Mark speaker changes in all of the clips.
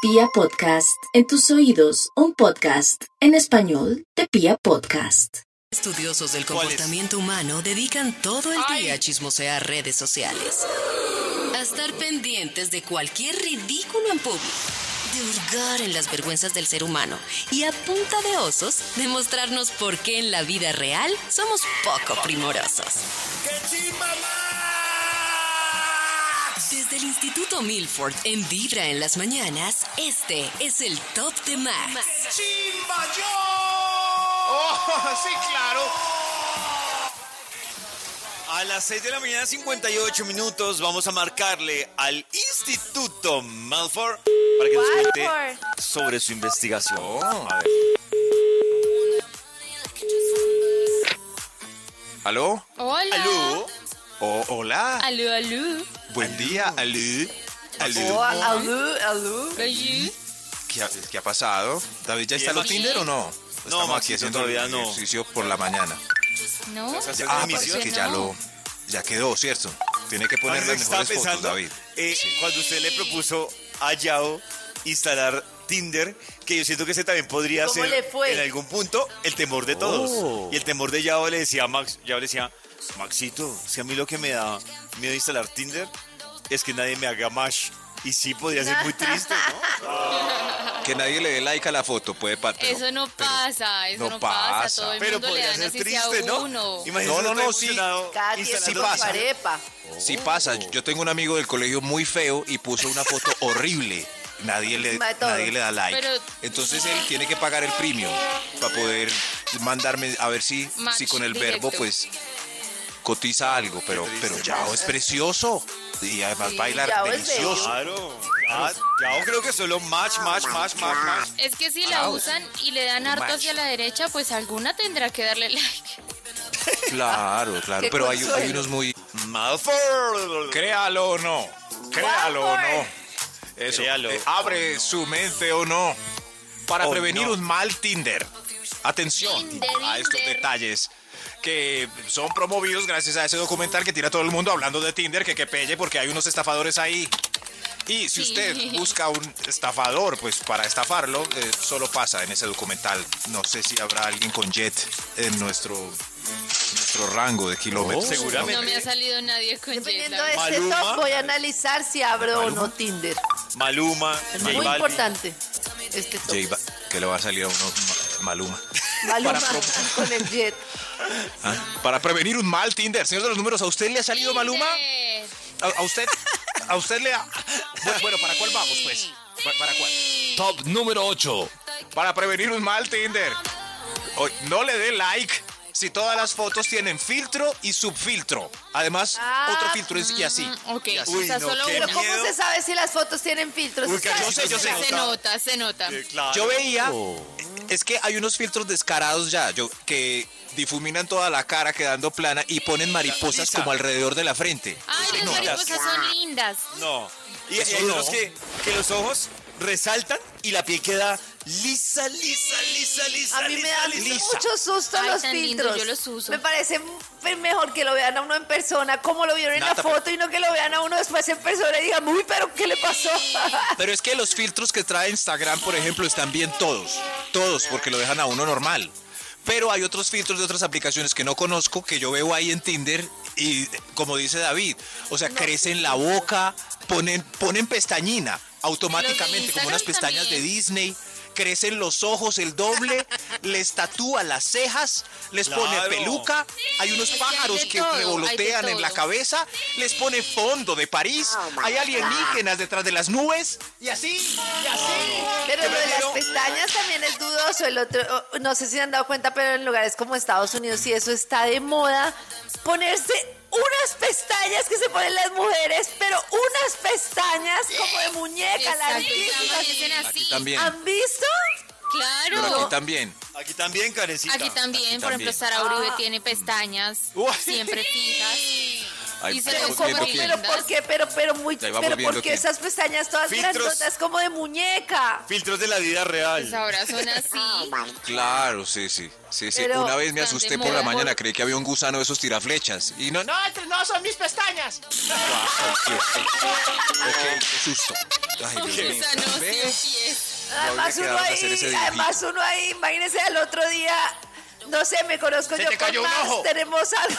Speaker 1: Pia Podcast, en tus oídos, un podcast en español de Pia Podcast.
Speaker 2: Estudiosos del
Speaker 3: ¿Cuál es?
Speaker 2: comportamiento humano dedican todo el día a chismosear redes sociales. A estar pendientes de cualquier ridículo en público. De hurgar en las vergüenzas del ser humano. Y a punta de osos, demostrarnos por qué en la vida real somos poco primorosos.
Speaker 3: ¡Qué chimba Max!
Speaker 2: Desde el Instituto Milford, en Vibra en las mañanas, este es el Top de Max.
Speaker 3: ¡Chimba yo! ¡Oh, sí, claro! A las 6 de la mañana, 58 minutos, vamos a marcarle al Instituto Malfour para que nos cuente sobre su investigación.
Speaker 4: Oh,
Speaker 3: A ver.
Speaker 4: ¿Aló?
Speaker 5: Hola.
Speaker 3: ¿Aló?
Speaker 4: Oh, hola.
Speaker 5: Aló, aló.
Speaker 4: Buen día, Alú. Alú.
Speaker 6: Oh,
Speaker 5: Aló.
Speaker 4: ¿Qué ha, qué ha pasado? ¿David ya instaló
Speaker 5: Bien.
Speaker 4: Tinder o no? Estamos aquí
Speaker 3: Maxito,
Speaker 4: haciendo
Speaker 3: todavía no.
Speaker 4: ejercicio por la mañana.
Speaker 5: No.
Speaker 3: ¿Estás haciendo
Speaker 4: Ah,
Speaker 3: una
Speaker 4: parece
Speaker 3: misión?
Speaker 4: que ya
Speaker 5: no.
Speaker 4: lo... Ya quedó, ¿cierto? Tiene que poner
Speaker 3: Maxito
Speaker 4: las
Speaker 3: estaba
Speaker 4: mejores fotos,
Speaker 3: pensando,
Speaker 4: David.
Speaker 3: eh, Cuando usted le propuso a Yao instalar Tinder, que yo siento que ese también podría
Speaker 6: ¿Cómo
Speaker 3: ser
Speaker 6: le fue?
Speaker 3: en algún punto el temor de todos.
Speaker 4: Oh.
Speaker 3: Y el temor de Yao le decía a Max, Yao le decía, Maxito, si a mí lo que me da miedo instalar Tinder es que nadie me haga match. Y sí podría ser muy triste, ¿no?
Speaker 4: Que nadie le dé like a la foto, puede pa- pero-
Speaker 5: Eso no
Speaker 4: pero-
Speaker 5: pasa, eso no, pasa. Todo el
Speaker 3: Pero
Speaker 5: mundo le
Speaker 3: podría
Speaker 5: dan
Speaker 3: ser
Speaker 5: así sea
Speaker 3: triste, ¿no?
Speaker 5: uno.
Speaker 3: Imagínese
Speaker 4: No, no,
Speaker 3: todo
Speaker 4: no, sí.
Speaker 3: emocionado
Speaker 6: Katy es
Speaker 3: instalando
Speaker 4: sí pasa.
Speaker 3: Tinder.
Speaker 6: arepa.
Speaker 4: Sí pasa.
Speaker 6: Oh.
Speaker 4: Yo tengo un amigo del colegio muy feo y puso una foto horrible. Nadie le,
Speaker 6: Encima de todo.
Speaker 4: nadie le da like.
Speaker 5: Pero-
Speaker 4: Entonces él tiene que pagar el premium para poder mandarme a ver si,
Speaker 5: Match
Speaker 4: si con el
Speaker 5: directo.
Speaker 4: verbo pues cotiza algo. Pero, pero Yao es precioso. Y además
Speaker 5: Sí,
Speaker 4: bailar
Speaker 6: Yao es
Speaker 4: delicioso.
Speaker 3: Claro. Ya- Yao creo que solo match, match, match, match, match.
Speaker 5: Es que si la
Speaker 4: Chao.
Speaker 5: usan y le dan harto
Speaker 4: Match.
Speaker 5: hacia la derecha, pues alguna tendrá que darle like.
Speaker 4: Ah, Claro, claro.
Speaker 6: Qué
Speaker 4: Pero hay, hay
Speaker 6: consuelo.
Speaker 4: unos muy.
Speaker 3: Malfour.
Speaker 4: Créalo o no. Créalo o no. Eso.
Speaker 3: Créalo
Speaker 4: eh, abre su mente o no. Para
Speaker 3: O
Speaker 4: prevenir
Speaker 3: Oh, no.
Speaker 4: un mal Tinder. Atención
Speaker 5: Tinder,
Speaker 4: a estos
Speaker 5: Tinder.
Speaker 4: detalles que son promovidos gracias a ese documental que tira todo el mundo hablando de Tinder, que que pelle porque hay unos estafadores ahí. Y si
Speaker 5: Sí.
Speaker 4: usted busca un estafador, pues para estafarlo, eh, solo pasa en ese documental. No sé si habrá alguien con jet en nuestro, nuestro rango de
Speaker 3: Oh,
Speaker 4: kilómetros.
Speaker 3: Seguramente.
Speaker 5: No me ha salido nadie con
Speaker 6: Dependiendo
Speaker 5: Jet
Speaker 6: de
Speaker 5: lag.
Speaker 6: este
Speaker 3: Maluma.
Speaker 6: top, voy a analizar si abro o no Tinder.
Speaker 3: Maluma.
Speaker 6: Es
Speaker 3: J
Speaker 6: muy
Speaker 3: Balvin.
Speaker 6: importante este top.
Speaker 4: J Ba- que le va a salir a uno ma- Maluma.
Speaker 6: Maluma
Speaker 4: Para
Speaker 6: con el jet.
Speaker 4: ¿Ah? Para prevenir un mal Tinder, señor de los números, ¿a usted le ha salido Maluma?
Speaker 5: Tinder.
Speaker 4: ¿A, a usted? ¿A usted le ha...? Bueno, bueno, ¿para cuál vamos, pues? ¿Pa- ¿Para cuál? Top número 8. Para prevenir un mal Tinder. O- no le dé like si todas las fotos tienen filtro y subfiltro. Además,
Speaker 6: Ah,
Speaker 4: otro filtro es- y así.
Speaker 5: Mm, Ok,
Speaker 4: Y así.
Speaker 5: o sea,
Speaker 3: no,
Speaker 5: solo
Speaker 3: qué
Speaker 5: una.
Speaker 6: Pero ¿cómo
Speaker 3: miedo.
Speaker 6: se sabe si las fotos tienen filtros?
Speaker 3: Uy, Katy,
Speaker 4: Yo sé, yo sé.
Speaker 3: se
Speaker 5: Se nota, se nota.
Speaker 3: Eh, claro.
Speaker 4: Yo veía,
Speaker 3: Oh.
Speaker 4: es que hay unos filtros descarados ya, yo, que difuminan toda la cara quedando plana y ponen mariposas
Speaker 3: Lisa.
Speaker 4: como alrededor de la frente.
Speaker 5: Ay, las mariposas son lindas.
Speaker 3: No. Y, y
Speaker 4: Eso
Speaker 3: hay
Speaker 4: no.
Speaker 3: unos que, que los ojos resaltan y la piel queda lisa, lisa, lisa, lisa.
Speaker 6: A mí me
Speaker 3: lisa,
Speaker 6: dan
Speaker 3: lisa.
Speaker 6: mucho susto
Speaker 5: Ay,
Speaker 6: los
Speaker 5: tan lindo,
Speaker 6: filtros.
Speaker 5: yo los uso.
Speaker 6: Me parece m- mejor que lo vean a uno en persona, como lo vieron en
Speaker 4: Nata,
Speaker 6: la
Speaker 4: pero-
Speaker 6: foto, y no que lo vean a uno después en persona y digan, uy, pero ¿qué le pasó?
Speaker 4: Pero es que los filtros que trae Instagram, por ejemplo, están bien todos. Todos, porque lo dejan a uno normal. Pero hay otros filtros de otras aplicaciones que no conozco, que yo veo ahí en Tinder, y como dice David, o sea, crecen la boca, ponen, ponen pestañina automáticamente, como unas
Speaker 5: Instagram
Speaker 4: pestañas de
Speaker 5: también.
Speaker 4: Disney, crecen los ojos el doble, les tatúa las cejas, les
Speaker 3: Claro.
Speaker 4: pone peluca, hay unos
Speaker 5: Es que hay de
Speaker 4: pájaros que
Speaker 5: todo, hay de
Speaker 4: revolotean en la
Speaker 5: todo. Oh
Speaker 4: cabeza cabeza, les pone fondo de París, hay alienígenas detrás de las nubes y así, y así.
Speaker 6: Pero lo de las
Speaker 4: Pero-
Speaker 6: pestañas también es dudoso. El otro, oh, no sé si se han dado cuenta, pero en lugares como Estados Unidos y eso está de moda ponerse unas pestañas que se ponen las mujeres, pero unas pestañas como de muñeca,
Speaker 5: Exacto, y
Speaker 6: larguísimas.
Speaker 5: amanecen
Speaker 4: Aquí
Speaker 5: así.
Speaker 4: también,
Speaker 6: ¿Han visto?
Speaker 4: pero aquí
Speaker 5: Claro.
Speaker 4: también.
Speaker 3: Aquí también, Karencita.
Speaker 5: Aquí también, por
Speaker 6: Ah.
Speaker 4: también.
Speaker 5: ejemplo, Sara Uribe tiene pestañas
Speaker 4: Uy.
Speaker 5: siempre fijas.
Speaker 4: Ahí
Speaker 5: Y se
Speaker 4: vamos
Speaker 5: lo come,
Speaker 4: pues, viendo quién.
Speaker 6: Pero por qué, pero, pero muy,
Speaker 4: Ahí vamos
Speaker 6: pero
Speaker 4: viendo
Speaker 6: por qué
Speaker 4: quién.
Speaker 6: esas pestañas todas
Speaker 3: Filtros.
Speaker 6: grandotas como de muñeca.
Speaker 3: Filtros de la vida real.
Speaker 5: Pues ahora son
Speaker 2: Ah,
Speaker 5: así.
Speaker 4: Claro, sí, sí. sí, sí.
Speaker 6: Pero
Speaker 4: Una vez me
Speaker 5: tan de
Speaker 4: asusté por
Speaker 5: moda.
Speaker 4: la mañana, creí que había un gusano de esos tiraflechas. Y no, no,
Speaker 7: No, no, son mis pestañas.
Speaker 4: qué susto. Ok, qué susto. Ay, Dios mío.
Speaker 5: Gusanos
Speaker 4: ¿Ve?
Speaker 5: sin pies.
Speaker 6: Además uno
Speaker 4: quedado de hacer
Speaker 6: ahí,
Speaker 4: ese dibujito.
Speaker 6: además uno ahí, imagínese al otro día, no sé, me conozco
Speaker 7: Se
Speaker 6: yo
Speaker 7: te
Speaker 6: con
Speaker 7: cayó un
Speaker 6: Max,
Speaker 7: ojo.
Speaker 6: tenemos algo.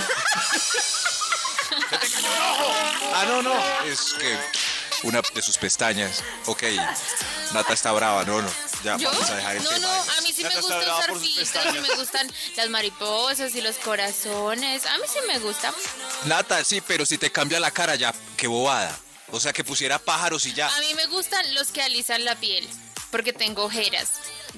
Speaker 4: Ah, no, no. Es que una de sus pestañas. Ok, Nata está brava. No, no. Ya,
Speaker 5: ¿Yo?
Speaker 4: vamos a dejar este el
Speaker 5: No,
Speaker 4: tema.
Speaker 5: no, a mí sí
Speaker 3: Nata
Speaker 5: me
Speaker 3: está
Speaker 5: gusta
Speaker 3: brava
Speaker 5: usar
Speaker 3: por sus
Speaker 5: filtros, y
Speaker 3: pestañas.
Speaker 5: me gustan las mariposas y los corazones. A mí sí me gusta.
Speaker 4: Nata, sí, pero si te cambia la cara ya, qué bobada. O sea, que pusiera pájaros y ya.
Speaker 5: A mí me gustan los que alisan la piel, porque tengo ojeras.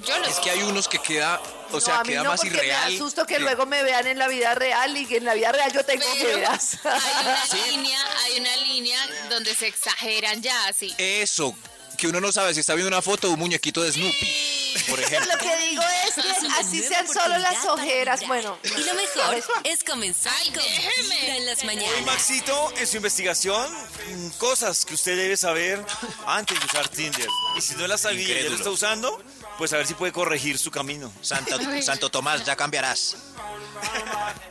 Speaker 5: Yo los
Speaker 4: Es que hay unos que queda, o
Speaker 6: no,
Speaker 4: sea,
Speaker 6: a mí
Speaker 4: queda
Speaker 6: no,
Speaker 4: más
Speaker 6: porque
Speaker 4: irreal.
Speaker 6: me asusto que luego me vean en la vida real y que en la vida real yo tengo
Speaker 5: pero
Speaker 6: ojeras.
Speaker 5: hay una línea, hay una línea donde se exageran ya así.
Speaker 4: Eso, que uno no sabe si está viendo una foto de un muñequito de Snoopy, por ejemplo.
Speaker 6: Lo que digo es que
Speaker 2: una
Speaker 6: así
Speaker 2: nueva
Speaker 6: sean solo las
Speaker 2: oportunidad para
Speaker 6: ojeras,
Speaker 2: vibrar.
Speaker 6: bueno.
Speaker 2: Y lo mejor es comenzar
Speaker 5: Ay,
Speaker 2: con
Speaker 5: déjeme.
Speaker 2: Vibra en las
Speaker 3: Hoy
Speaker 2: mañanas.
Speaker 3: Maxito, en su investigación, mm, cosas que usted debe saber antes de usar Tinder. Y si no las sabía y ya lo
Speaker 4: Incrédulo.
Speaker 3: está usando, pues a ver si puede corregir su camino.
Speaker 4: Santo, Santo Tomás, ya cambiarás.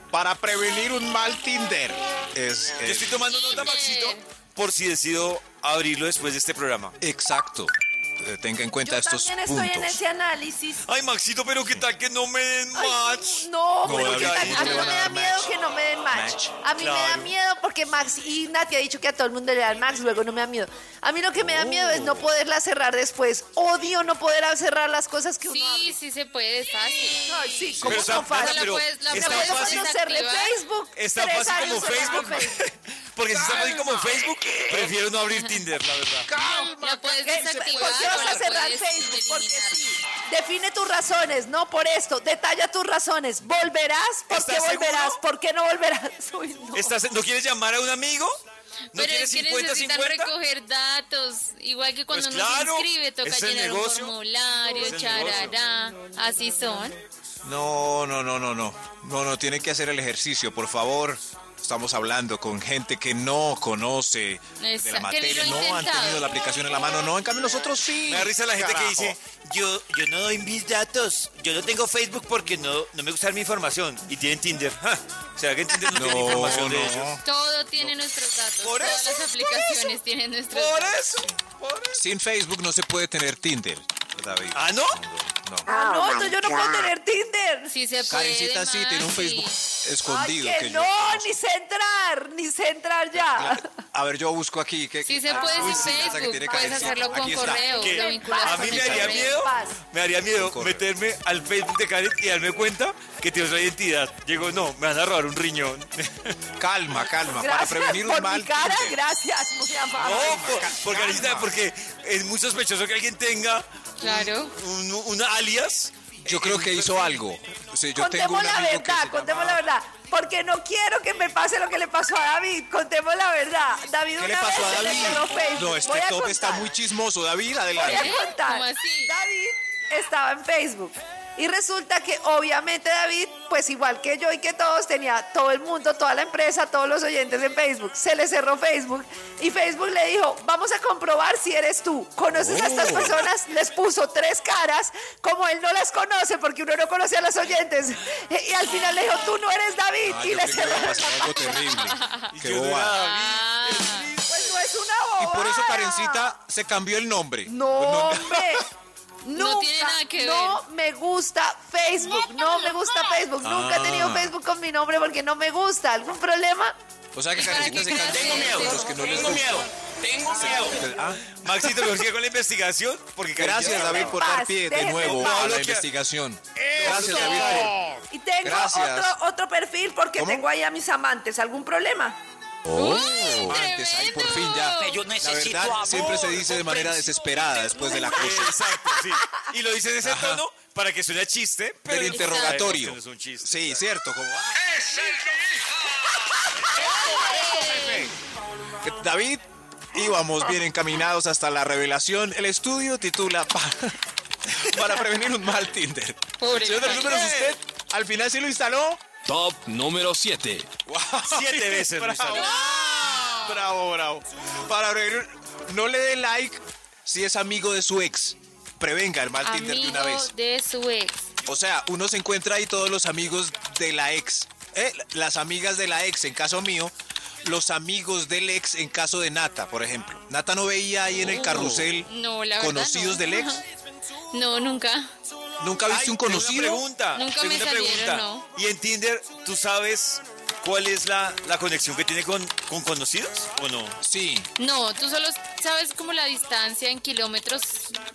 Speaker 4: Para prevenir un mal Tinder. Es,
Speaker 3: Yo estoy tomando nota, Maxito,
Speaker 5: Tinder.
Speaker 3: por si decido abrirlo después de este programa.
Speaker 4: exacto. Eh, Tenga en cuenta
Speaker 6: Yo
Speaker 4: estos
Speaker 6: también estoy en
Speaker 4: puntos.
Speaker 6: ese análisis.
Speaker 3: Ay, Maxito, pero qué tal que no me den
Speaker 6: Ay,
Speaker 3: match.
Speaker 6: No,
Speaker 4: No,
Speaker 6: pero
Speaker 4: David,
Speaker 6: que a mí
Speaker 4: ¿cómo te
Speaker 6: no
Speaker 4: van a
Speaker 6: me da
Speaker 4: dar
Speaker 6: miedo
Speaker 4: match?
Speaker 6: que no me den match.
Speaker 4: Match,
Speaker 6: A mí me da
Speaker 3: claro.
Speaker 6: miedo porque Max y Nati ha dicho que a todo el mundo le dan Max, luego no me da miedo. A mí lo que me da miedo es
Speaker 4: Oh.
Speaker 6: no poderla cerrar después. Odio no poder cerrar las cosas que uno
Speaker 5: Sí,
Speaker 6: abre.
Speaker 5: sí se puede, es fácil.
Speaker 6: Ay, sí,
Speaker 3: Pero
Speaker 6: ¿cómo
Speaker 3: está-
Speaker 6: no fácil?
Speaker 3: Nata, pero
Speaker 5: puedes- la
Speaker 3: está
Speaker 5: puedes
Speaker 6: puedo
Speaker 3: fácil,
Speaker 6: conocerle
Speaker 5: desactivar.
Speaker 6: Facebook.
Speaker 3: está
Speaker 6: tres
Speaker 3: fácil como
Speaker 6: años cerrando
Speaker 3: Facebook. Porque si está fácil como Facebook, prefiero no abrir Tinder, la verdad.
Speaker 5: La puedes
Speaker 6: ¿Qué?
Speaker 5: desactivar.
Speaker 6: ¿Por qué
Speaker 5: o
Speaker 6: vas
Speaker 5: la
Speaker 6: a cerrar
Speaker 5: puedes
Speaker 6: Facebook? Porque
Speaker 5: eliminar.
Speaker 6: sí. Define tus razones, no por esto. Detalla tus razones. ¿Volverás? ¿Por qué
Speaker 3: ¿Estás
Speaker 6: volverás?
Speaker 3: seguro?
Speaker 6: ¿Por qué no volverás? Uy, no.
Speaker 3: ¿Estás- ¿No quieres llamar a un amigo? ¿No
Speaker 5: Pero
Speaker 3: quieres
Speaker 5: es que necesitan
Speaker 3: 50-50?
Speaker 5: recoger datos, igual que cuando
Speaker 3: Pues
Speaker 5: uno
Speaker 3: claro,
Speaker 5: se inscribe, toca
Speaker 3: es el
Speaker 5: llenar
Speaker 3: negocio,
Speaker 5: un formulario,
Speaker 3: es el
Speaker 5: charará, así son.
Speaker 4: No, no, no, no, no. No, no, tiene que hacer el ejercicio, por favor. Estamos hablando con gente que no conoce de la
Speaker 5: Exacto, que ni
Speaker 4: materia,
Speaker 5: lo ha
Speaker 4: no han
Speaker 5: intentado.
Speaker 4: tenido la aplicación en la mano, no. En cambio, nosotros sí.
Speaker 3: Me da risa la gente
Speaker 4: Carajo.
Speaker 3: que dice, yo, yo no doy mis datos, yo no tengo Facebook porque no, no me gusta dar mi información. Y tienen Tinder. Ja, ¿Será que en Tinder no, tienen
Speaker 4: No,
Speaker 3: información de ellos?
Speaker 4: no.
Speaker 5: Todo tiene nuestros datos,
Speaker 3: Por
Speaker 5: todas
Speaker 3: eso,
Speaker 5: las
Speaker 3: por
Speaker 5: aplicaciones tienen nuestros
Speaker 3: Por
Speaker 5: datos.
Speaker 3: eso, por eso.
Speaker 4: Sin Facebook no se puede tener Tinder, David.
Speaker 3: ¿Ah, no?
Speaker 4: No.
Speaker 6: Ah,
Speaker 3: Oh
Speaker 6: no, entonces yo no puedo tener Tinder.
Speaker 5: Sí se puede.
Speaker 4: Karencita sí tiene un
Speaker 5: Maxi.
Speaker 4: Facebook escondido.
Speaker 6: Ay, que,
Speaker 4: que yo-
Speaker 6: no, ni sé entrar, ni sé entrar ya.
Speaker 4: Claro. A ver, yo busco aquí. que-
Speaker 5: Sí se puede
Speaker 4: Uy,
Speaker 5: sin
Speaker 4: sí, esa que
Speaker 5: Facebook,
Speaker 4: tiene
Speaker 5: puedes
Speaker 4: Karencita.
Speaker 5: hacerlo con
Speaker 4: Aquí está.
Speaker 5: correo,
Speaker 3: ¿Qué?
Speaker 5: lo vinculas
Speaker 3: A
Speaker 5: con
Speaker 3: mí
Speaker 5: el
Speaker 3: me haría
Speaker 5: correo.
Speaker 3: miedo,
Speaker 6: Paz.
Speaker 3: me haría miedo
Speaker 4: Corre.
Speaker 3: meterme al Facebook de Karen y darme cuenta que tiene otra identidad. Digo, no, me van a robar un riñón.
Speaker 4: Calma, calma. para
Speaker 6: Gracias
Speaker 4: prevenir
Speaker 6: por
Speaker 4: un mal.
Speaker 6: mi cara,
Speaker 4: Tinder.
Speaker 6: gracias, muy amable.
Speaker 3: No, por- porque, Karencita,
Speaker 4: calma.
Speaker 3: porque es muy sospechoso que alguien tenga
Speaker 5: Claro.
Speaker 3: un, un alias.
Speaker 4: Yo creo que hizo algo. Sí, yo tengo
Speaker 6: contemos
Speaker 4: un
Speaker 6: la
Speaker 4: amigo que
Speaker 6: verdad,
Speaker 4: se
Speaker 6: contemos la
Speaker 4: llama-
Speaker 6: verdad. Porque no quiero que me pase lo que le pasó a David. Contemos la verdad. David,
Speaker 4: ¿Qué le
Speaker 6: una
Speaker 4: pasó a
Speaker 6: vez se le
Speaker 4: David?
Speaker 6: cerró Facebook.
Speaker 4: No,
Speaker 6: Voy
Speaker 4: este
Speaker 6: a
Speaker 4: top está
Speaker 6: contar.
Speaker 4: muy chismoso, David.
Speaker 6: Voy
Speaker 4: Adelante. Ah,
Speaker 5: ¿Eh?
Speaker 6: a contar.
Speaker 5: ¿Cómo así?
Speaker 6: David estaba en Facebook. Y resulta que obviamente David, pues igual que yo y que todos, tenía todo el mundo, toda la empresa, todos los oyentes en Facebook. Se le cerró Facebook y Facebook le dijo, vamos a comprobar si eres tú. ¿Conoces a estas
Speaker 4: Oh.
Speaker 6: personas? Les puso tres caras, como él no las conoce porque uno no conoce a los oyentes. Y, y al final le dijo, tú no eres David.
Speaker 4: Ah,
Speaker 6: y
Speaker 4: yo
Speaker 6: le
Speaker 4: creí que
Speaker 6: cerró
Speaker 4: iba a
Speaker 6: la
Speaker 4: pasar algo
Speaker 6: página.
Speaker 4: terrible. Qué
Speaker 3: Yo no
Speaker 4: bobada.
Speaker 3: era-
Speaker 5: Ah,
Speaker 6: Pues no es una bobada.
Speaker 4: Y por eso Karencita se cambió el nombre.
Speaker 6: Ah. No,
Speaker 4: No,
Speaker 6: hombre.
Speaker 5: No
Speaker 6: Nunca,
Speaker 5: tiene nada que
Speaker 6: no me gusta Facebook, no me gusta Facebook, nunca he tenido
Speaker 4: Ah.
Speaker 6: Facebook con mi nombre porque no me gusta. ¿Algún problema?
Speaker 4: O sea que
Speaker 5: para
Speaker 4: Karencita
Speaker 5: que
Speaker 4: se cambió
Speaker 5: Tengo
Speaker 4: el nombre.
Speaker 5: miedo.
Speaker 4: Los que no les
Speaker 3: Tengo
Speaker 4: gusta.
Speaker 3: miedo, tengo miedo.
Speaker 4: Ah,
Speaker 3: Maxito, me sigue con la investigación. Porque
Speaker 4: Gracias,
Speaker 3: Karencita-
Speaker 4: David, por dar pie de
Speaker 6: Déjenme en
Speaker 4: nuevo
Speaker 6: paz.
Speaker 4: a
Speaker 3: No,
Speaker 4: la
Speaker 3: lo que-
Speaker 4: investigación. Gracias, David. por-
Speaker 6: Y tengo
Speaker 4: Gracias.
Speaker 6: otro, otro perfil porque
Speaker 4: ¿Cómo?
Speaker 6: tengo ahí a mis amantes. ¿Algún problema?
Speaker 4: Oh, antes ahí por fin ya.
Speaker 8: Yo necesito
Speaker 4: la verdad,
Speaker 8: amor,
Speaker 4: siempre se dice de manera
Speaker 8: comprensión,
Speaker 4: desesperada después de la cosa.
Speaker 3: Exacto, sí. Y lo dice en ese tono para que suene a chiste, pero
Speaker 4: Del interrogatorio.
Speaker 3: No es un chiste.
Speaker 4: Sí, cierto, como "Ah, eh, David íbamos bien encaminados hasta la revelación. El estudio titula pa- para prevenir un mal Tinder.
Speaker 5: Pobre
Speaker 4: Señor de los
Speaker 5: David.
Speaker 4: números, usted al final sí lo instaló.
Speaker 9: Top número 7.
Speaker 4: Wow,
Speaker 3: Siete veces lo
Speaker 4: bravo.
Speaker 3: instaló.
Speaker 4: Bravo, bravo. Para abrir, no le dé like si es amigo de su ex. Prevenga el mal Tinder de una
Speaker 5: Amigo
Speaker 4: vez.
Speaker 5: de su ex.
Speaker 4: O sea, uno se encuentra ahí todos los amigos de la ex. Eh, las amigas de la ex, en caso mío. Los amigos del ex en caso de Nata, por ejemplo. Nata no veía ahí en el carrusel
Speaker 5: Oh. No, la verdad.
Speaker 4: conocidos
Speaker 5: no.
Speaker 4: del ex.
Speaker 5: No, nunca.
Speaker 4: ¿Nunca viste
Speaker 3: Ay,
Speaker 4: un
Speaker 3: tengo una
Speaker 4: conocido?
Speaker 3: pregunta.
Speaker 5: Nunca
Speaker 3: tengo
Speaker 5: me
Speaker 3: una
Speaker 5: salieron,
Speaker 3: pregunta.
Speaker 5: no.
Speaker 3: ¿Y en Tinder tú sabes cuál es la, la conexión que tiene con, con conocidos o no?
Speaker 4: Sí.
Speaker 5: No, tú solo sabes como la distancia en kilómetros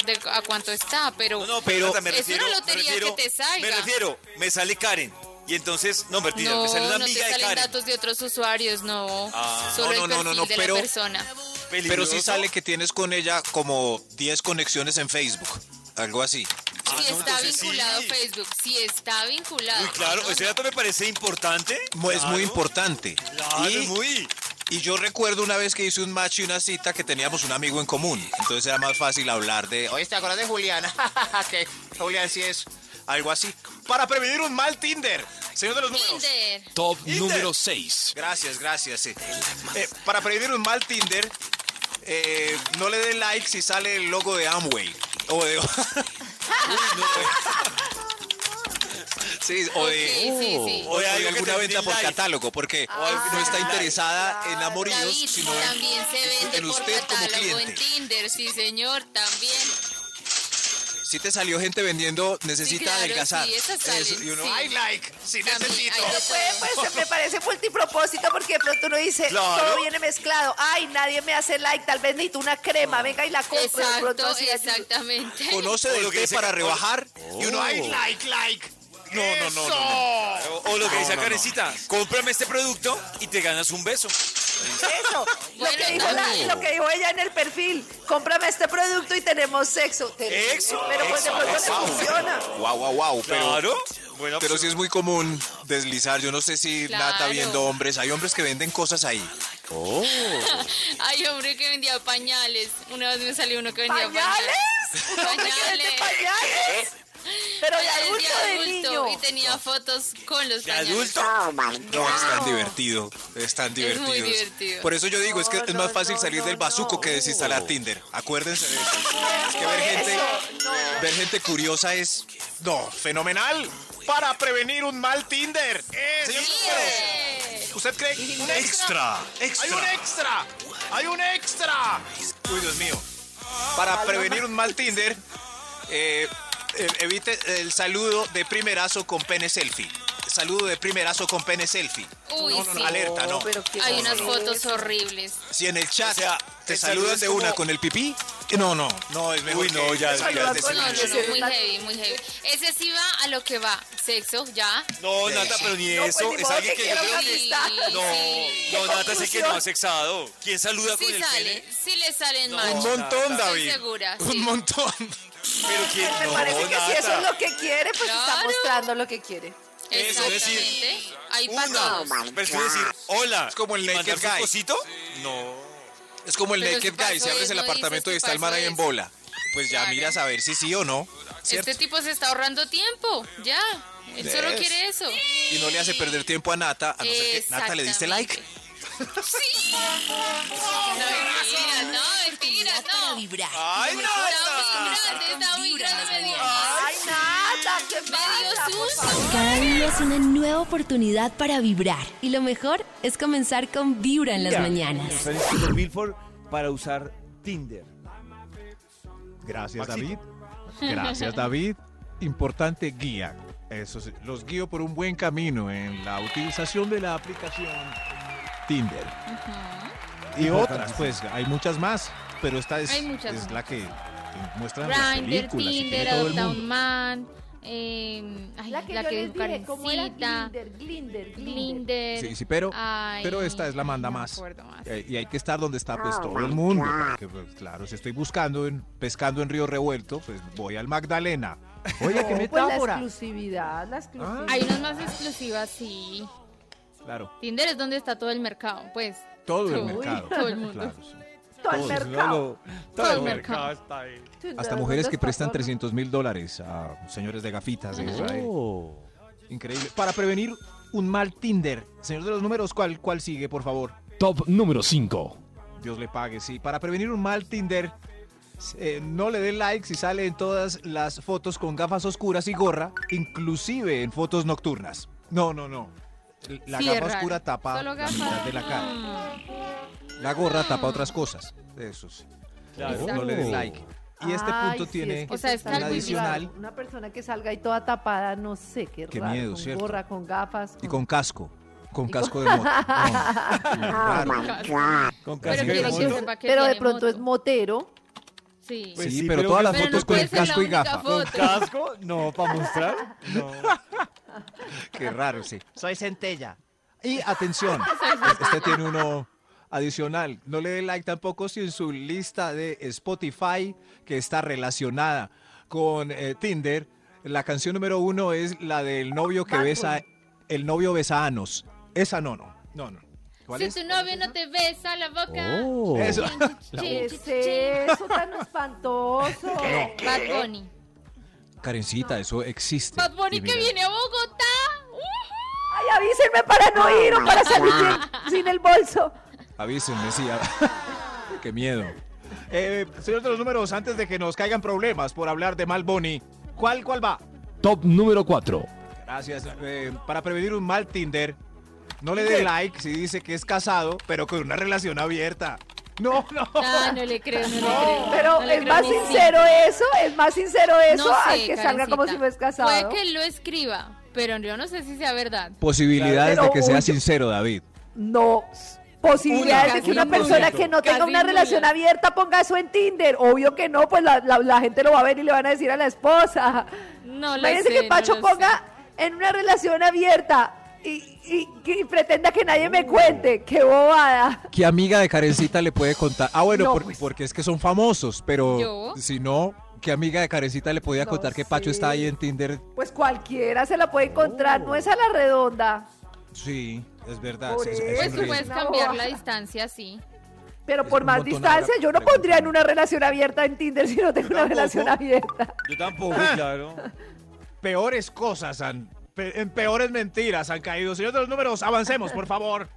Speaker 5: de a cuánto está, pero
Speaker 3: No, no,
Speaker 4: Pero-
Speaker 3: pero Nata, me
Speaker 5: Es
Speaker 3: refiero,
Speaker 5: una
Speaker 3: me
Speaker 5: lotería
Speaker 3: refiero-
Speaker 5: que te salga.
Speaker 3: Me refiero, me sale Karen. Y entonces, no, mentira, me sale una
Speaker 5: no, no te
Speaker 3: amiga de
Speaker 5: salen
Speaker 3: Karen.
Speaker 5: datos de otros usuarios, no.
Speaker 3: Ah.
Speaker 5: solo
Speaker 4: No, no,
Speaker 5: el
Speaker 4: no,
Speaker 5: perfil
Speaker 4: no, no,
Speaker 5: de
Speaker 4: pero-
Speaker 5: la persona.
Speaker 4: Pero sí
Speaker 3: Peligroso.
Speaker 4: sale que tienes con ella como 10 conexiones en Facebook. Algo así.
Speaker 3: Ah,
Speaker 5: si
Speaker 3: no,
Speaker 5: está
Speaker 3: entonces sí.
Speaker 5: vinculado Facebook, si está vinculado.
Speaker 3: Uy, claro,
Speaker 5: No,
Speaker 3: ese
Speaker 5: no.
Speaker 3: dato me parece importante.
Speaker 4: Mu- Es muy
Speaker 3: Claro,
Speaker 4: importante.
Speaker 3: Claro,
Speaker 4: y,
Speaker 3: es muy.
Speaker 4: y yo recuerdo una vez que hice un match y una cita que teníamos un amigo en común. Entonces era más fácil hablar de, oye, ¿te acuerdas de Juliana? que Juliana sí es. Algo así. Para prevenir un mal Tinder. Señor de los números.
Speaker 5: Tinder.
Speaker 7: Top
Speaker 3: Tinder.
Speaker 7: número 6.
Speaker 4: Gracias, gracias. sí. Eh, para prevenir un mal Tinder, eh, no le den like si sale el logo de Amway. O de. Uy, no. Sí, o de,
Speaker 5: Ok, sí, sí.
Speaker 3: O
Speaker 4: o de
Speaker 3: de algo que
Speaker 4: alguna
Speaker 3: te
Speaker 4: venta
Speaker 3: den
Speaker 4: por
Speaker 3: like.
Speaker 4: catálogo, porque no está
Speaker 6: Ah,
Speaker 4: interesada en amoríos,
Speaker 5: David,
Speaker 4: sino en-
Speaker 5: también se vende
Speaker 4: en
Speaker 5: por
Speaker 4: usted como
Speaker 5: catálogo en
Speaker 4: cliente.
Speaker 5: Tinder, sí señor, también.
Speaker 4: Si te salió gente vendiendo, necesita
Speaker 5: claro,
Speaker 4: adelgazar.
Speaker 5: sí, esas salen,
Speaker 4: Eso, y uno,
Speaker 5: sí.
Speaker 4: "Ay, like, sí
Speaker 5: También hay
Speaker 4: necesito.
Speaker 5: de
Speaker 6: Puede,
Speaker 5: todo.
Speaker 6: pues, me parece multipropósito porque de pronto uno dice,
Speaker 3: Claro.
Speaker 6: todo viene mezclado. Ay, nadie me hace like, tal vez necesito una crema, venga y la compro. de pronto
Speaker 5: Exacto,
Speaker 6: así ayuda.
Speaker 5: exactamente.
Speaker 4: Conoce
Speaker 3: O
Speaker 4: del
Speaker 3: lo que
Speaker 4: té
Speaker 3: dice-
Speaker 4: para
Speaker 3: o-
Speaker 4: rebajar y uno,
Speaker 3: Oh.
Speaker 4: ay, like, like.
Speaker 3: No, no, no, no, no. O, o lo que
Speaker 4: No,
Speaker 3: dice
Speaker 4: no, no.
Speaker 3: Karencita, cómprame este producto y te ganas un beso.
Speaker 6: Eso, lo,
Speaker 5: Bueno,
Speaker 6: que dijo la-
Speaker 5: también.
Speaker 6: lo que dijo ella en el perfil, cómprame este producto y tenemos sexo. Terrible,
Speaker 3: Exo,
Speaker 6: Pero pues de
Speaker 3: exo,
Speaker 6: pronto le
Speaker 3: exo.
Speaker 6: funciona.
Speaker 4: Wow, wow, wow. Pero, pues,
Speaker 3: Claro. Bueno,
Speaker 4: Pero sí es muy común deslizar. Yo no sé si Nata
Speaker 5: Claro.
Speaker 4: viendo hombres. Hay hombres que venden cosas ahí.
Speaker 5: Hay hombre que vendía pañales. Una vez me salió uno que vendía
Speaker 6: ¿Pañales?
Speaker 5: pañales.
Speaker 6: ¿Un hombre que vende
Speaker 5: Pañales.
Speaker 6: pañales? Pero de
Speaker 5: Pañales
Speaker 6: adulto o de
Speaker 5: adulto,
Speaker 6: niño.
Speaker 5: Y tenía fotos con los
Speaker 3: ¿De
Speaker 5: pañales.
Speaker 3: adulto?
Speaker 4: No, es tan divertido. Es tan divertido.
Speaker 5: muy divertido.
Speaker 4: Por eso yo digo, es que
Speaker 6: No,
Speaker 4: es más
Speaker 6: no,
Speaker 4: fácil
Speaker 6: no,
Speaker 4: salir
Speaker 6: no,
Speaker 4: del bazuco
Speaker 6: no.
Speaker 4: que desinstalar Tinder. Acuérdense de eso. Es que ver gente, ver gente curiosa es. No, fenomenal. Para prevenir un mal Tinder. Señor Núñez,
Speaker 5: ¡Eh!
Speaker 4: ¿usted cree que un
Speaker 7: extra.
Speaker 4: extra! ¡Hay un extra! Uy, Dios mío. Para prevenir un mal Tinder, eh, eh, evite el saludo de primerazo con pene selfie. Saludo de primerazo con pene selfie.
Speaker 5: Uy,
Speaker 4: No, no, no,
Speaker 5: sí.
Speaker 4: Alerta, no.
Speaker 6: pero qué
Speaker 5: Hay unas
Speaker 6: horror.
Speaker 5: fotos horribles.
Speaker 4: Si en el chat
Speaker 3: O sea,
Speaker 4: te
Speaker 3: el saludo
Speaker 4: saludan
Speaker 3: es
Speaker 4: de
Speaker 3: como-
Speaker 4: una con el pipí, que no, no. No, es mejor.
Speaker 3: Uy, no,
Speaker 4: que-
Speaker 3: ya,
Speaker 4: que
Speaker 3: ya,
Speaker 4: de
Speaker 5: No, no,
Speaker 4: silencio.
Speaker 5: no, muy heavy, muy heavy. Ese sí va a lo que va. Sexo, ya.
Speaker 3: No, Nata, pero ni
Speaker 6: No, pues,
Speaker 3: eso.
Speaker 6: ni
Speaker 3: es
Speaker 6: modo
Speaker 3: alguien
Speaker 6: que
Speaker 3: que yo
Speaker 6: quiera
Speaker 3: creo
Speaker 6: una
Speaker 3: que-
Speaker 6: amistad.
Speaker 3: No, no, Nata, sé que
Speaker 6: conclusión?
Speaker 3: no ha sexado. ¿Quién saluda
Speaker 5: Sí
Speaker 3: con el
Speaker 5: sale,
Speaker 3: pene?
Speaker 5: sí le salen
Speaker 4: Un
Speaker 5: mal.
Speaker 4: montón,
Speaker 5: Estoy
Speaker 4: David.
Speaker 5: segura, sí.
Speaker 4: Un montón.
Speaker 3: Pero quién
Speaker 6: Me
Speaker 3: no,
Speaker 6: parece que si eso es
Speaker 3: Nata.
Speaker 6: lo que quiere, pues está
Speaker 5: Claro.
Speaker 6: mostrando lo que quiere.
Speaker 3: Eso, es decir,
Speaker 5: Exactamente. Hay
Speaker 3: Una,
Speaker 5: patos.
Speaker 3: pero es que decir, hola.
Speaker 4: Es como el
Speaker 3: y
Speaker 4: Naked
Speaker 3: mandarse un
Speaker 4: Guy.
Speaker 3: cosito? No.
Speaker 4: Es como el
Speaker 5: Pero
Speaker 4: Naked
Speaker 5: si pasó
Speaker 4: Guy, si abres
Speaker 5: eso,
Speaker 4: el
Speaker 5: dices
Speaker 4: apartamento
Speaker 5: que
Speaker 4: y está el man
Speaker 5: pasó
Speaker 4: ahí en
Speaker 5: eso.
Speaker 4: bola. Pues ya
Speaker 5: Claro.
Speaker 4: miras a ver si sí o no, ¿cierto?
Speaker 5: Este tipo se está ahorrando tiempo, ya. Él
Speaker 4: ¿Ves?
Speaker 5: solo quiere eso.
Speaker 4: Y no le hace perder tiempo a Nata, a no ser que Nata le diste like.
Speaker 5: Sí. No, mentira, no, mentira,
Speaker 2: Para
Speaker 5: no.
Speaker 2: vibrar.
Speaker 3: ¡Ay,
Speaker 2: Lo
Speaker 3: no!
Speaker 2: mejor
Speaker 5: Está
Speaker 2: es
Speaker 5: vibrante,
Speaker 2: conectar
Speaker 5: está
Speaker 2: con Vibra en las
Speaker 5: vibrante, me dio-
Speaker 2: mañanas.
Speaker 6: Ay, nada, qué pasa,
Speaker 5: me dio
Speaker 6: por
Speaker 5: susto.
Speaker 8: Cada día es una nueva oportunidad para vibrar y lo mejor es comenzar con Vibra en las mañanas.
Speaker 9: Felicito Milford para usar Tinder.
Speaker 10: Gracias,
Speaker 9: Maxito.
Speaker 10: David. Gracias, David. Importante guía. Eso sí, los guío por un buen camino en la utilización de la aplicación Tinder. Y otras, pues hay muchas más, pero esta es,
Speaker 5: Hay muchas
Speaker 10: es
Speaker 5: más.
Speaker 10: la que muestra las
Speaker 5: Grindr,
Speaker 10: películas y tiene
Speaker 5: Tinder,
Speaker 10: todo el
Speaker 5: Adopta un
Speaker 10: mundo.
Speaker 5: Man, eh, ay, la que, dijo Karencita,
Speaker 6: Glinder,
Speaker 5: Glinder.
Speaker 10: Sí, sí, pero,
Speaker 5: Ay,
Speaker 10: pero esta es la manda
Speaker 5: no me
Speaker 10: más.
Speaker 5: acuerdo más.
Speaker 10: Eh, Y hay que estar donde está pues todo el mundo. porque, pues, claro, si estoy buscando, en, pescando en Río Revuelto, pues voy al Magdalena.
Speaker 6: Pues
Speaker 10: Oye, qué
Speaker 6: la
Speaker 10: metáfora.
Speaker 6: exclusividad,
Speaker 3: Ah.
Speaker 6: la exclusividad.
Speaker 5: Hay unas más exclusivas, sí.
Speaker 10: Claro,
Speaker 5: Tinder es donde está todo el mercado, pues.
Speaker 10: todo el
Speaker 5: Uy,
Speaker 10: mercado.
Speaker 5: todo el mundo.
Speaker 10: Claro, sí.
Speaker 6: Todo el
Speaker 10: Todo,
Speaker 6: mercado.
Speaker 5: Todo el mercado.
Speaker 10: Hasta mujeres que prestan 300 mil dólares a señores de gafitas ¿eh? de Israel. Increíble. Para prevenir un mal Tinder. Señor de los números, ¿cuál, cuál sigue, por favor?
Speaker 11: Top número 5.
Speaker 4: Dios le pague, sí. Para prevenir un mal Tinder, eh, no le dé like si sale en todas las fotos con gafas oscuras y gorra, inclusive en fotos nocturnas. No, no, no. La
Speaker 5: Sí, es
Speaker 4: gafa
Speaker 5: raro.
Speaker 4: oscura tapa
Speaker 5: Solo
Speaker 4: la
Speaker 5: gafas.
Speaker 4: mitad de la cara. La gorra tapa otras cosas. Eso sí.
Speaker 5: Oh.
Speaker 3: Claro.
Speaker 4: No le des like. Y este
Speaker 6: Ay,
Speaker 4: punto
Speaker 6: sí,
Speaker 4: tiene
Speaker 6: que eso está
Speaker 4: un
Speaker 6: muy
Speaker 4: adicional
Speaker 6: raro. Una persona que salga ahí toda tapada, no sé qué,
Speaker 4: Qué
Speaker 6: raro,
Speaker 4: miedo,
Speaker 6: con
Speaker 4: ¿cierto?
Speaker 6: gorra, con gafas.
Speaker 4: y con casco. Con casco de moto. No, raro. Con
Speaker 5: Pero
Speaker 4: casco de
Speaker 5: quiero que
Speaker 4: moto.
Speaker 5: sepa que
Speaker 6: Pero de
Speaker 5: tiene
Speaker 6: pronto es motero.
Speaker 5: Sí.
Speaker 4: Pues sí, pero todas las
Speaker 5: Pero no
Speaker 4: fotos con
Speaker 5: puede
Speaker 4: el
Speaker 5: ser la
Speaker 4: casco y
Speaker 5: única
Speaker 4: gafa.
Speaker 5: foto.
Speaker 3: ¿Casco? No, para mostrar. No.
Speaker 4: Qué raro, sí. Soy centella. Y atención, este tiene uno adicional. No le dé like tampoco si en su lista de Spotify, que está relacionada con eh, Tinder, la canción número uno es la del novio que
Speaker 6: Bad
Speaker 4: besa, el novio besa anos. Esa no, no. No, no. ¿Cuál
Speaker 5: si
Speaker 4: es? Oh.
Speaker 5: tu novio no te besa la boca.
Speaker 11: Oh.
Speaker 4: Eso.
Speaker 6: ¿Qué es eso tan espantoso?
Speaker 5: Bad Bunny.
Speaker 4: Karencita, eso existe.
Speaker 5: Bad Bunny
Speaker 4: Y
Speaker 5: que
Speaker 4: mira,
Speaker 5: viene a Bogotá.
Speaker 6: Ay, avísenme para no ir o para salir sin, sin el bolso.
Speaker 4: Avísenme, sí. a- Qué miedo. Eh, señor de los números, antes de que nos caigan problemas por hablar de Malboni, ¿cuál, cuál va?
Speaker 11: Top número 4.
Speaker 4: Gracias. Eh, para prevenir un mal Tinder, no le dé like si dice que es casado, pero con una relación abierta. No, no.
Speaker 5: No, no le creo, no le creo.
Speaker 6: Pero
Speaker 5: No le
Speaker 6: es
Speaker 5: creo
Speaker 6: más
Speaker 5: ni sí.
Speaker 6: sincero eso, es más sincero eso
Speaker 5: No
Speaker 6: al
Speaker 5: sé,
Speaker 6: que salga como si
Speaker 5: Karencita.
Speaker 6: fuese casado.
Speaker 5: Puede que lo escriba, pero yo no sé si sea verdad.
Speaker 4: Posibilidades
Speaker 6: Claro,
Speaker 4: de
Speaker 6: pero
Speaker 4: que sea
Speaker 6: uy,
Speaker 4: sincero, David.
Speaker 6: No. Posibilidades
Speaker 5: Una,
Speaker 6: de que una
Speaker 5: casi un
Speaker 6: persona
Speaker 5: nulito.
Speaker 6: que no tenga
Speaker 5: Casi
Speaker 6: una relación
Speaker 5: nula.
Speaker 6: abierta ponga eso en Tinder. Obvio que no, pues la, la- la gente lo va a ver y le van a decir a la esposa.
Speaker 5: No lo
Speaker 6: Imagínense
Speaker 5: sé,
Speaker 6: que
Speaker 5: no
Speaker 6: Pacho
Speaker 5: lo
Speaker 6: ponga en una relación abierta y, y- y pretenda que nadie me cuente. ¡Qué bobada!
Speaker 4: ¿Qué amiga de Karencita le puede contar? Ah, bueno,
Speaker 6: No,
Speaker 4: por-
Speaker 6: pues.
Speaker 4: porque es que son famosos, pero
Speaker 5: ¿Yo?
Speaker 4: si no, ¿qué amiga de Karencita le podía
Speaker 6: No
Speaker 4: contar que Pacho
Speaker 6: sé.
Speaker 4: está ahí en Tinder?
Speaker 6: Pues cualquiera se la puede encontrar, no es a la redonda.
Speaker 4: Sí, es verdad.
Speaker 6: Por
Speaker 4: es- es
Speaker 6: eso.
Speaker 4: un
Speaker 5: Pues tú
Speaker 4: riesgo.
Speaker 5: puedes
Speaker 6: No.
Speaker 5: cambiar la distancia, sí.
Speaker 6: Pero
Speaker 4: Es
Speaker 6: por
Speaker 4: un
Speaker 6: más
Speaker 4: montón
Speaker 6: distancia,
Speaker 4: ahora
Speaker 6: yo no
Speaker 4: preguntar.
Speaker 6: pondría en una relación abierta en Tinder si no tengo una
Speaker 3: tampoco.
Speaker 6: relación abierta.
Speaker 3: Yo tampoco, claro.
Speaker 4: peores cosas han, pe- en peores mentiras han caído. Señor de los números, avancemos, por favor.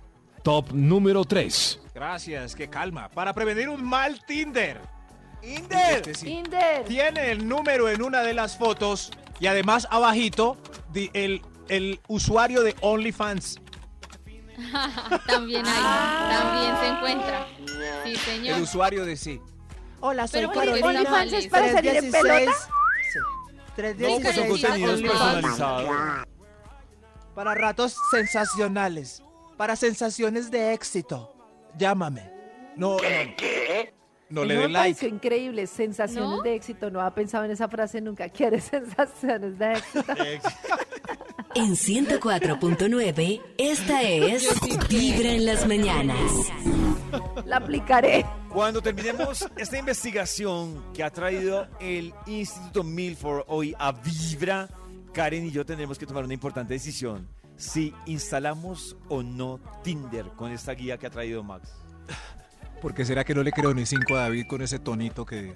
Speaker 11: Top número 3.
Speaker 4: Gracias, qué calma. Para prevenir un mal Tinder. Este sí.
Speaker 6: Tinder.
Speaker 4: Tiene el número en una de las fotos y además abajito di- el, el usuario de OnlyFans.
Speaker 5: También hay, también se encuentra. Sí, señor.
Speaker 4: El usuario de sí.
Speaker 12: Hola, soy
Speaker 5: Pero bueno, que
Speaker 12: Carolina.
Speaker 5: está mal
Speaker 6: OnlyFans es
Speaker 5: eso.
Speaker 6: para salir en
Speaker 12: 316.
Speaker 6: pelota.
Speaker 12: Sí.
Speaker 3: No, pues
Speaker 12: 316.
Speaker 3: son contenidos
Speaker 6: Oh
Speaker 3: personalizados.
Speaker 12: Para ratos sensacionales. Para sensaciones de éxito. Llámame.
Speaker 4: No, no, no le
Speaker 6: No,
Speaker 4: den
Speaker 6: me
Speaker 4: like.
Speaker 6: pareció increíble, sensaciones
Speaker 5: ¿No?
Speaker 6: de éxito. No había pensado en esa frase nunca. ¿Quieres sensaciones de éxito?
Speaker 8: En 104.9, esta es Vibra en las mañanas.
Speaker 6: La aplicaré.
Speaker 3: Cuando terminemos esta investigación que ha traído el Instituto Milford hoy a Vibra, Karen y yo tendremos que tomar una importante decisión. Si instalamos o no Tinder con esta guía que ha traído Max.
Speaker 4: Porque será que no le creo ni cinco a David con ese tonito que.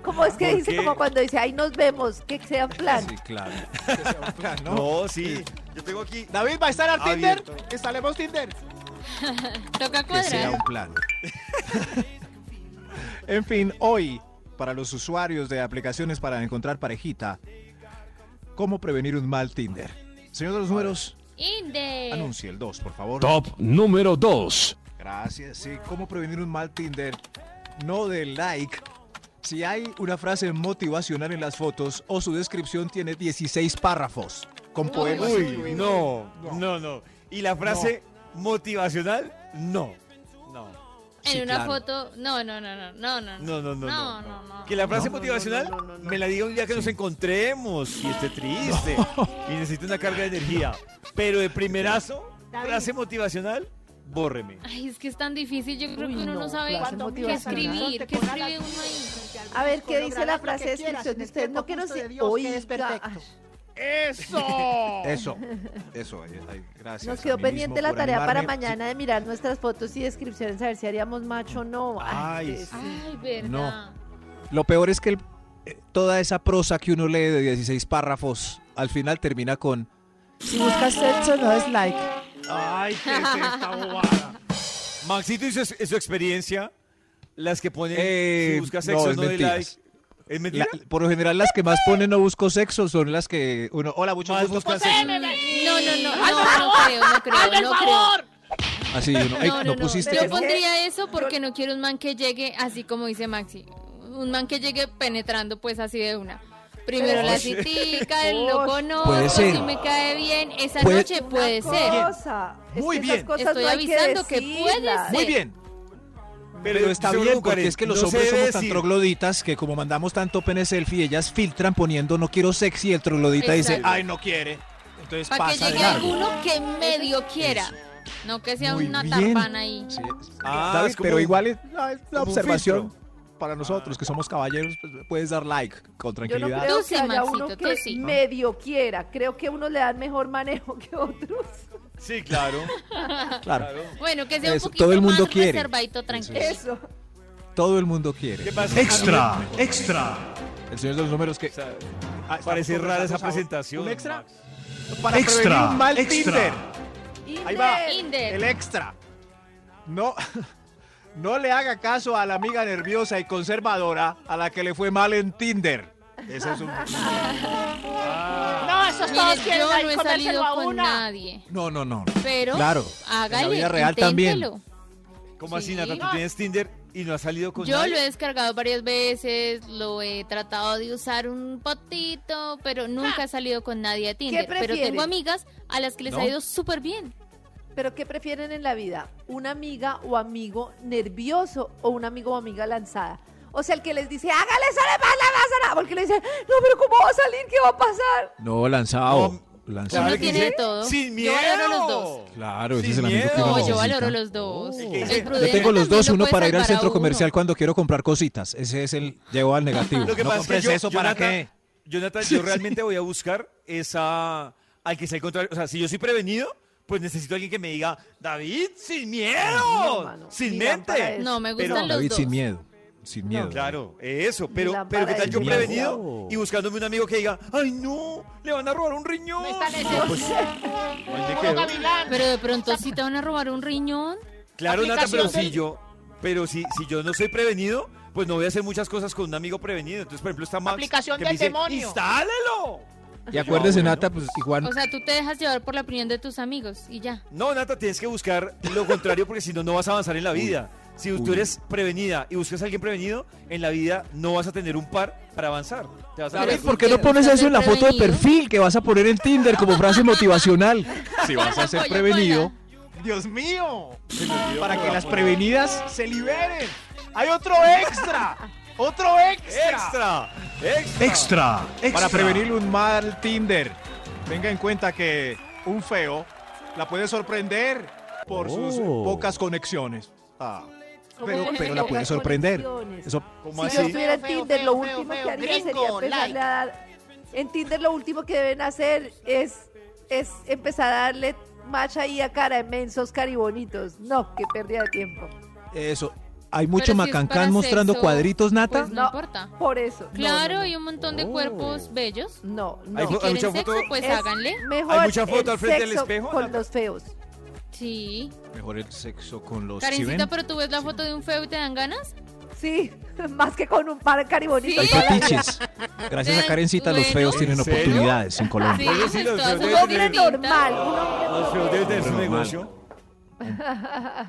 Speaker 6: Como es que
Speaker 3: ¿Por
Speaker 6: dice,
Speaker 3: qué?
Speaker 6: como cuando dice, ahí nos vemos, que sea en plan.
Speaker 4: Sí, claro. Que sea un plan, ¿no?
Speaker 3: No, sí. Yo tengo aquí.
Speaker 4: David va a estar al Tinder.
Speaker 3: Abierto.
Speaker 4: Instalemos Tinder.
Speaker 5: Toca
Speaker 4: que sea
Speaker 5: cuadrar.
Speaker 4: un plan. en fin, hoy, para los usuarios de aplicaciones para encontrar parejita, ¿cómo prevenir un mal Tinder? Señor de los números,
Speaker 5: Inde.
Speaker 4: anuncie el 2, por favor.
Speaker 11: Top número 2.
Speaker 4: Gracias. Sí, ¿cómo prevenir un mal Tinder? No de like. Si hay una frase motivacional en las fotos o su descripción tiene 16 párrafos con poemas.
Speaker 3: Uy,
Speaker 4: incluidos.
Speaker 3: no, no, no. Y la frase motivacional, no. No,
Speaker 4: Sí,
Speaker 5: En una
Speaker 4: claro.
Speaker 5: foto. No, no, no, no,
Speaker 3: no,
Speaker 5: no, no.
Speaker 3: no, no.
Speaker 5: No,
Speaker 3: no,
Speaker 5: no, no.
Speaker 3: Que la frase
Speaker 4: No, no,
Speaker 3: motivacional
Speaker 6: no, no, no, no.
Speaker 3: me la diga un día que nos encontremos y esté triste y necesite una carga de energía. Pero de primerazo, frase motivacional, bórreme.
Speaker 5: Ay, es que es tan difícil. Yo creo
Speaker 6: Uy,
Speaker 5: que uno no,
Speaker 6: no,
Speaker 5: sabe
Speaker 6: clase
Speaker 5: qué
Speaker 6: motivacional.
Speaker 5: escribir. ¿Qué escribe uno ahí?
Speaker 6: A ver, ¿qué dice la frase de descripción de ustedes? No que nos oiga.
Speaker 4: Eso, eso, ahí- ahí, gracias.
Speaker 6: Nos
Speaker 4: a
Speaker 6: quedó
Speaker 4: mí
Speaker 6: pendiente
Speaker 4: mismo
Speaker 6: la
Speaker 4: por
Speaker 6: tarea para
Speaker 4: animarme.
Speaker 6: mañana de mirar nuestras fotos y descripciones, a ver si haríamos macho o no.
Speaker 4: Ay,
Speaker 6: qué-
Speaker 5: Ay, verdad.
Speaker 4: Lo peor es que el- eh, toda esa prosa que uno lee de 16 párrafos al final termina con
Speaker 12: Si buscas sexo, no es like.
Speaker 4: ¡Ay, qué es esta bobada!
Speaker 3: Maxito y su, y su experiencia, las que ponen
Speaker 4: Eh,
Speaker 3: si busca sexo no,
Speaker 4: es
Speaker 3: de like.
Speaker 4: mentiras.
Speaker 3: ¿Es mentira?
Speaker 4: La- por lo general, las que más ponen no busco sexo son las que uno. Hola, mucho
Speaker 3: Más
Speaker 4: gusto.
Speaker 3: buscan
Speaker 4: busca sexo.
Speaker 5: No, no, no,
Speaker 6: ¡Al
Speaker 5: no, no
Speaker 6: favor!
Speaker 5: creo, no creo,
Speaker 6: ¡Hazme el
Speaker 5: no creo.
Speaker 6: favor!
Speaker 4: Así uno. Ay, no,
Speaker 5: No, no, no.
Speaker 4: pusiste.
Speaker 5: Yo pondría eso porque no quiero un man que llegue así como dice Maxi. Un man que llegue penetrando pues así de una. Primero la
Speaker 4: Oye.
Speaker 5: citica, el lo conozco,
Speaker 4: Puede ser.
Speaker 5: si me cae bien, esa
Speaker 4: Puede-
Speaker 5: noche puede ser.
Speaker 4: Muy
Speaker 5: esas
Speaker 4: bien.
Speaker 5: cosas Estoy no hay que avisando que decirlas. puede ser.
Speaker 4: Muy bien. Pero, está
Speaker 3: yo
Speaker 4: bien,
Speaker 3: creo,
Speaker 4: porque
Speaker 3: Karen,
Speaker 4: es que los
Speaker 3: no se
Speaker 4: hombres
Speaker 3: debe
Speaker 4: somos tan
Speaker 3: decir.
Speaker 4: trogloditas que como mandamos tanto pene selfie, ellas filtran poniendo no quiero sexy y el troglodita dice,
Speaker 5: Exacto.
Speaker 4: ay, no quiere. Entonces
Speaker 5: Para que
Speaker 4: pasa de
Speaker 5: llegue
Speaker 4: largo.
Speaker 5: alguno que medio quiera. No que sea
Speaker 4: Muy
Speaker 5: una
Speaker 4: bien.
Speaker 5: tarpana ahí.
Speaker 4: Sí, es-
Speaker 3: Ah,
Speaker 4: David,
Speaker 3: es como
Speaker 4: pero
Speaker 3: un-
Speaker 4: igual es la, la
Speaker 3: como un Ah.
Speaker 4: observación para nosotros que somos caballeros, pues, puedes dar like con
Speaker 6: Yo no
Speaker 4: tranquilidad.
Speaker 6: creo
Speaker 5: Tú sí,
Speaker 6: que haya
Speaker 5: Maxito,
Speaker 6: uno
Speaker 5: tú
Speaker 6: que
Speaker 5: sí.
Speaker 6: medio quiera. Creo que uno le dan mejor manejo que otros.
Speaker 3: Sí, claro.
Speaker 4: Claro.
Speaker 5: Bueno, que sea
Speaker 4: Eso,
Speaker 5: un poquito
Speaker 4: todo el mundo
Speaker 5: más
Speaker 4: quiere.
Speaker 5: reservadito, tranquilo.
Speaker 4: Pues,
Speaker 6: Eso.
Speaker 4: Todo el mundo quiere.
Speaker 3: pasa?
Speaker 4: Extra,
Speaker 3: Mejor.
Speaker 4: extra. El señor de los números que
Speaker 3: Ah, Parece
Speaker 4: estamos
Speaker 3: rara esa
Speaker 4: conversando,
Speaker 3: presentación.
Speaker 4: ¿Un extra?
Speaker 3: Max.
Speaker 4: para
Speaker 3: Extra,
Speaker 4: prevenir un mal
Speaker 3: extra.
Speaker 4: Tinder. Ahí va.
Speaker 5: Tinder.
Speaker 4: El extra. No, no le haga caso a la amiga nerviosa y conservadora a la que le fue mal en Tinder. Ese es un-
Speaker 6: No, esos
Speaker 5: Mire,
Speaker 6: todos quieren
Speaker 5: yo no
Speaker 6: ahí
Speaker 5: he
Speaker 6: comérselo
Speaker 5: salido
Speaker 6: a
Speaker 5: con
Speaker 6: una.
Speaker 5: nadie.
Speaker 4: No, no, no.
Speaker 5: Pero
Speaker 4: Claro.
Speaker 5: hágale,
Speaker 4: En la vida real también.
Speaker 5: inténtelo.
Speaker 3: ¿Cómo así,
Speaker 5: Sí.
Speaker 3: Nata? ¿Tú tienes Tinder y no has salido con
Speaker 5: Yo
Speaker 3: nadie?
Speaker 5: lo he descargado varias veces, lo he tratado de usar un potito, pero nunca he salido con nadie a Tinder. Pero
Speaker 6: prefieres?
Speaker 5: tengo amigas a las que les
Speaker 4: ¿No?
Speaker 5: ha ido súper bien.
Speaker 6: Pero ¿qué prefieren en la vida? ¿Una amiga o amigo nervioso o un amigo o amiga lanzada? O sea, el que les dice, hágale, sale más la lázara", Porque le dice, no, pero ¿cómo va a salir? ¿Qué va a pasar?
Speaker 4: No, lanzado.
Speaker 5: Uno
Speaker 4: lanzado.
Speaker 3: Claro que
Speaker 5: tiene
Speaker 3: sí.
Speaker 5: de todo.
Speaker 3: Sin
Speaker 5: Yo valoro
Speaker 3: miedo.
Speaker 5: los dos.
Speaker 4: Claro, ese
Speaker 3: Sin
Speaker 4: es el amigo que
Speaker 3: miedo.
Speaker 4: uno
Speaker 5: No, yo
Speaker 4: necesita.
Speaker 5: valoro los dos. El
Speaker 3: dice? Yo
Speaker 4: Yo
Speaker 5: prudente
Speaker 4: tengo los dos,
Speaker 5: también lo
Speaker 4: uno para
Speaker 5: puede
Speaker 4: ir al
Speaker 5: salvar a
Speaker 4: centro
Speaker 5: uno.
Speaker 4: comercial cuando quiero comprar cositas. Ese es el llevo al negativo.
Speaker 3: Lo que
Speaker 4: no
Speaker 3: pasa es que
Speaker 4: compres
Speaker 3: yo,
Speaker 4: eso para
Speaker 3: Jonathan-
Speaker 4: qué.
Speaker 3: Jonathan,
Speaker 4: Sí,
Speaker 3: yo
Speaker 4: sí.
Speaker 3: realmente voy a buscar esa al que sea el contrario. O sea, si yo soy prevenido, pues necesito a alguien que me diga, David, sin
Speaker 6: No,
Speaker 3: miedo,
Speaker 6: mano,
Speaker 3: sin
Speaker 6: ni dan para
Speaker 3: mente.
Speaker 6: eso.
Speaker 5: No, me
Speaker 3: Pero-
Speaker 5: gustan los
Speaker 4: David
Speaker 5: dos.
Speaker 4: sin miedo, sin miedo.
Speaker 3: Claro, eso.
Speaker 6: Ni
Speaker 3: Pero,
Speaker 6: dan
Speaker 3: pero ¿qué
Speaker 6: para
Speaker 3: tal yo
Speaker 4: eso.
Speaker 3: prevenido y buscándome un amigo que diga, ay no, le van a robar un riñón?
Speaker 6: No están
Speaker 3: No, pues, ahí me
Speaker 6: Puro
Speaker 3: quedo.
Speaker 6: gavilán.
Speaker 5: Pero de pronto si te van a robar un riñón.
Speaker 3: Claro, Nata, pero
Speaker 5: Aplicación
Speaker 3: si
Speaker 5: del-
Speaker 3: yo, pero si, si yo no soy prevenido, pues no voy a hacer muchas cosas con un amigo prevenido. Entonces, por ejemplo, está Max.
Speaker 6: Aplicación
Speaker 3: que me
Speaker 6: del
Speaker 3: dice,
Speaker 6: demonio.
Speaker 3: ¡Instálalo!
Speaker 4: Y acuérdese,
Speaker 3: Ah, bueno.
Speaker 4: Nata, pues y Juan,
Speaker 5: O sea, tú te dejas llevar por la opinión de tus amigos y ya.
Speaker 3: No, Nata, tienes que buscar lo contrario porque si no, no vas a avanzar en la vida. Si tú
Speaker 4: uy.
Speaker 3: eres prevenida y buscas a alguien prevenido, en la vida no vas a tener un par para avanzar. Te vas a
Speaker 4: David,
Speaker 3: perder.
Speaker 4: ¿por qué no
Speaker 5: Pero
Speaker 4: pones
Speaker 5: usted
Speaker 4: eso en la foto de
Speaker 5: prevenido.
Speaker 4: perfil que vas a poner en Tinder como frase motivacional? Si vas a ser
Speaker 5: Oye,
Speaker 4: prevenido. Dios mío, para que las prevenidas se liberen. Hay otro extra, otro
Speaker 3: ¡Extra! ¡Extra!
Speaker 13: Extra, extra.
Speaker 4: Para prevenir un mal Tinder, tenga en cuenta que un feo la puede sorprender por sus
Speaker 3: Oh.
Speaker 4: pocas conexiones. Ah,
Speaker 6: ¿Cómo
Speaker 4: pero,
Speaker 6: que
Speaker 4: pero la puede
Speaker 6: pocas
Speaker 4: sorprender.
Speaker 6: conexiones?
Speaker 4: Eso
Speaker 3: ¿Cómo
Speaker 6: Si yo
Speaker 3: así?
Speaker 6: estuviera en
Speaker 5: Feo,
Speaker 6: Tinder,
Speaker 5: feo,
Speaker 6: lo
Speaker 5: feo,
Speaker 6: último
Speaker 5: feo,
Speaker 6: que haría
Speaker 5: gringo,
Speaker 6: sería empezarle
Speaker 5: like.
Speaker 6: a dar. En Tinder, lo último que deben hacer es, es empezar a darle match ahí a cara de mensos caribonitos. No, qué pérdida de tiempo.
Speaker 4: Eso. Hay mucho
Speaker 5: Pero si es
Speaker 4: macancán
Speaker 5: para
Speaker 4: mostrando
Speaker 5: sexo,
Speaker 4: cuadritos, Nata.
Speaker 5: Pues no
Speaker 6: No.
Speaker 5: importa.
Speaker 6: Por eso. No,
Speaker 5: Claro,
Speaker 6: no,
Speaker 5: hay un montón de cuerpos bellos.
Speaker 6: No, no.
Speaker 3: Hay
Speaker 6: no.
Speaker 3: fo-
Speaker 5: ¿Quieren
Speaker 3: mucha
Speaker 5: sexo?
Speaker 3: foto-
Speaker 5: Pues
Speaker 6: Es
Speaker 5: háganle.
Speaker 6: Mejor
Speaker 3: ¿Hay mucha foto
Speaker 6: el
Speaker 3: al frente del
Speaker 6: sexo
Speaker 3: espejo,
Speaker 6: Con
Speaker 3: Nata?
Speaker 6: los feos.
Speaker 5: Sí.
Speaker 4: Mejor el sexo con los si Pues, ven,
Speaker 5: pues, Karencita, pero tú ves la foto de un feo y te dan ganas.
Speaker 6: Sí, más que con un par caribonitos.
Speaker 4: Hay
Speaker 5: Sí.
Speaker 4: fetiches. Gracias a Karencita, los feos
Speaker 5: Bueno.
Speaker 4: tienen
Speaker 3: ¿En serio?
Speaker 4: oportunidades en Colombia.
Speaker 3: Oye, sí, los
Speaker 5: pues
Speaker 3: feos
Speaker 5: todas son
Speaker 6: Un
Speaker 3: deben
Speaker 6: hombre
Speaker 3: tener-
Speaker 5: distintas.
Speaker 6: normal, un hombre
Speaker 3: Los feos deben tener su
Speaker 4: Normal.
Speaker 3: negocio.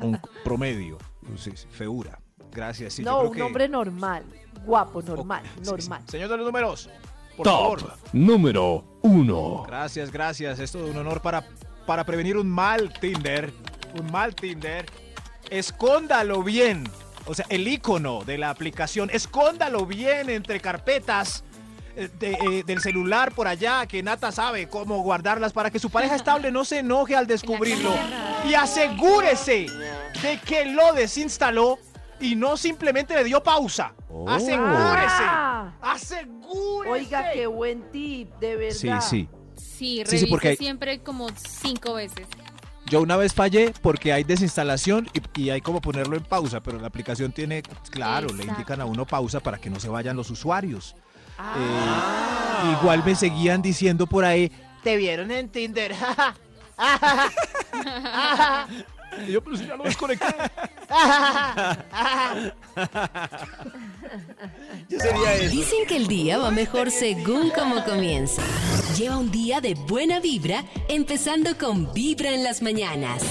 Speaker 4: Un promedio. sí, sí, feura. Gracias. sí, yo
Speaker 6: No,
Speaker 4: creo
Speaker 6: un
Speaker 4: que-
Speaker 6: hombre normal, guapo, normal,
Speaker 3: Oh,
Speaker 4: Sí, sí.
Speaker 6: normal.
Speaker 4: Señor de los números, por
Speaker 11: Top
Speaker 4: favor.
Speaker 11: número 1.
Speaker 4: Gracias, gracias. Es todo un honor para, para prevenir un mal Tinder. Un mal Tinder. Escóndalo bien. O sea, el icono de la aplicación. Escóndalo bien entre carpetas eh, de, eh, del celular por allá, que Nata sabe cómo guardarlas para que su pareja estable no se enoje al descubrirlo. Y asegúrese de que lo desinstaló y no simplemente le dio pausa.
Speaker 3: Oh.
Speaker 4: Asegúrese.
Speaker 6: Ah.
Speaker 4: Asegúrese.
Speaker 6: Oiga, qué buen tip, de verdad.
Speaker 4: Sí, sí.
Speaker 5: Sí,
Speaker 4: Sí, sí,
Speaker 5: revisa
Speaker 4: porque hay-
Speaker 5: siempre como cinco veces.
Speaker 4: Yo una vez fallé porque hay desinstalación y, y hay como ponerlo en pausa, pero la aplicación tiene, claro, le
Speaker 5: Exacto.
Speaker 4: indican a uno pausa para que no se vayan los usuarios.
Speaker 6: Ah.
Speaker 4: Eh, igual me seguían diciendo por ahí, te vieron en Tinder.
Speaker 10: Y yo, pero si ya lo desconecté.
Speaker 9: Yo sería eso.
Speaker 8: Dicen que el día va mejor según como comienza. Lleva un día de buena vibra, empezando con Vibra en las mañanas.